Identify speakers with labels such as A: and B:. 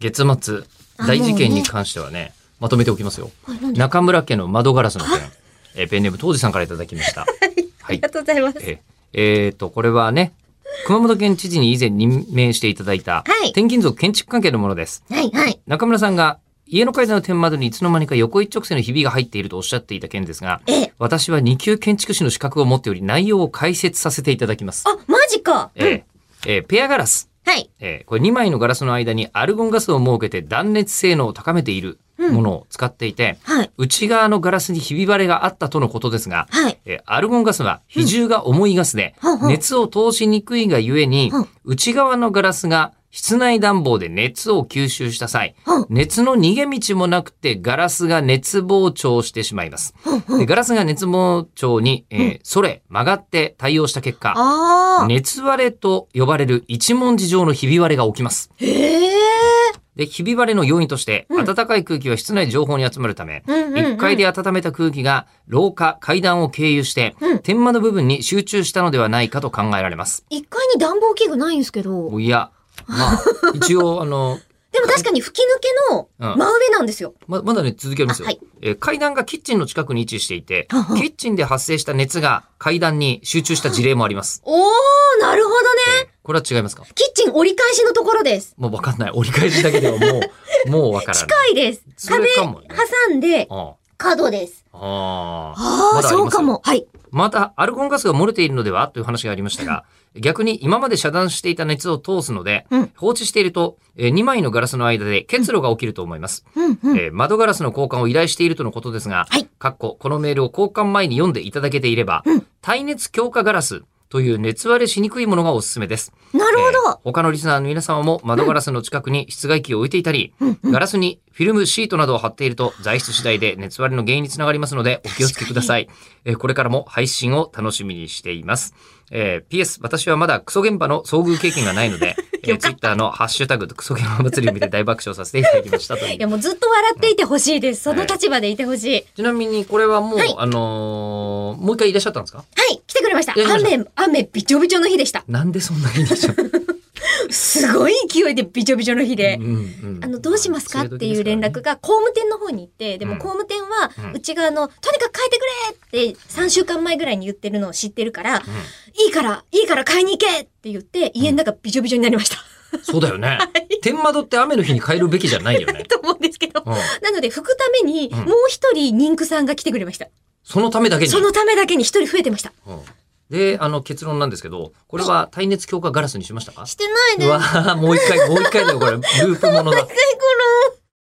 A: 月末、大事件に関してはね、まとめておきますよ。
B: はいなんで
A: 中村家の窓ガラスの件、えーペンネーム当時さんからいただきました。
B: ありがとうございます。
A: えーえーと、これはね、熊本県知事に以前任命していただいた、
B: はい
A: 転勤族建築関係のものです。
B: はいはい。
A: 中村さんが家の階段の天窓にいつの間にか横一直線のひびが入っているとおっしゃっていた件ですが、
B: ええ
A: 私は2級建築士の資格を持っており、内容を解説させていただきます。
B: あ、マジか。
A: えーえーペアガラス。
B: はい。
A: えーこれ2枚のガラスの間にアルゴンガスを設けて断熱性能を高めているものを使っていて、
B: はい。
A: 内側のガラスにひび割れがあったとのことですが、
B: はい。
A: えーアルゴンガスは比重が重いガスで、
B: うんはあはあ
A: 熱を通しにくいがゆえに、
B: うん
A: 内側のガラスが室内暖房で熱を吸収した際、
B: うん
A: 熱の逃げ道もなくてガラスが熱膨張してしまいます。でガラスが熱膨張に、えーそれ曲がって対応した結果、
B: ああ。
A: 熱割れと呼ばれる一文字上のひび割れが起きます。
B: ええ
A: で、ひび割れの要因として、
B: うん
A: 暖かい空気は室内情報に集まるため、
B: うんうんうん
A: 1階で温めた空気が廊下、階段を経由して
B: うん、
A: 天窓部分に集中したのではないかと考えられます。
B: 一階に暖房器具ないんですけど。
A: いや、ま あ、一応、あの、
B: でも確かに吹き抜けの
A: うん
B: 真上なんですよ。
A: ままだね、続きありますよ、
B: あはい
A: えー階段がキッチンの近くに位置していて
B: はあは、あ
A: キッチンで発生した熱が階段に集中した事例もあります。
B: おー、なるほどね。
A: これは違いますか
B: キッチン折り返しのところです。
A: もうわかんない。折り返しだけではもう、もうわからない。
B: 近いです。
A: そ
B: 壁
A: れかもね
B: 挟んで
A: あ
B: 角です。
A: あああ。まだあ
B: ああ、
A: ります
B: そうかも。はい。
A: また、アルゴンガスが漏れているのではという話がありましたが、逆に今まで遮断していた熱を通すので、
B: うん
A: 放置していると、え2枚のガラスの間で結露が起きると思います、
B: うんうん。
A: えー窓ガラスの交換を依頼しているとのことですが、
B: はい
A: かっここのメールを交換前に読んでいただけていれば、
B: うん
A: 耐熱強化ガラスという熱割れしにくいものがおすすめです。
B: なるほ
A: えー
B: ど。
A: 他のリスナーの皆様も窓ガラスの近くに室外機を置いていたり、
B: うんうん
A: ガラスにフィルムシートなどを貼っていると材質次第で熱割れの原因につながりますのでお気をつけください。えーこれからも配信を楽しみにしています。えー PS、私はまだクソ現場の遭遇経験がないの で、えー、Twitter のハッシュタグクソ現場祭りを見て大爆笑させていただきましたという
B: いやもうずっと笑っていてほしいです。その立場でいてほしい。
A: ちなみにこれはもう、
B: はい
A: あのーもう一回いらっしゃったんですか
B: はい、来てくれました
A: いやい。や
B: 雨、雨びちょびちょの日でした。
A: なんでそんなにいらっしゃった
B: すごい勢いでびちょびちょの日で。あのどうしますかっていう連絡
A: が。
B: が工務店の方に行ってで
A: う
B: も
A: ん
B: 工務店は
A: うん
B: うちがあのとにかく変えてくれって3週間前ぐらいに言ってるのを知ってるからいいからいいから買いに行けって言って家の中びちょびちょになりました
A: うんそうだ よね。天窓って雨の日に変えるべきじゃないよね。
B: と思うんですけど
A: うん
B: なので拭くために
A: うん
B: もう一人妊婦さんが来てくれました
A: そのためだけに
B: そ。のためだけに一人増えてました
A: うんで、あの結論なんですけど、これは耐熱強化ガラスにしましたか
B: してないうです
A: わーもう一回、もう一回だよ、これ。ループものだ。
B: 最高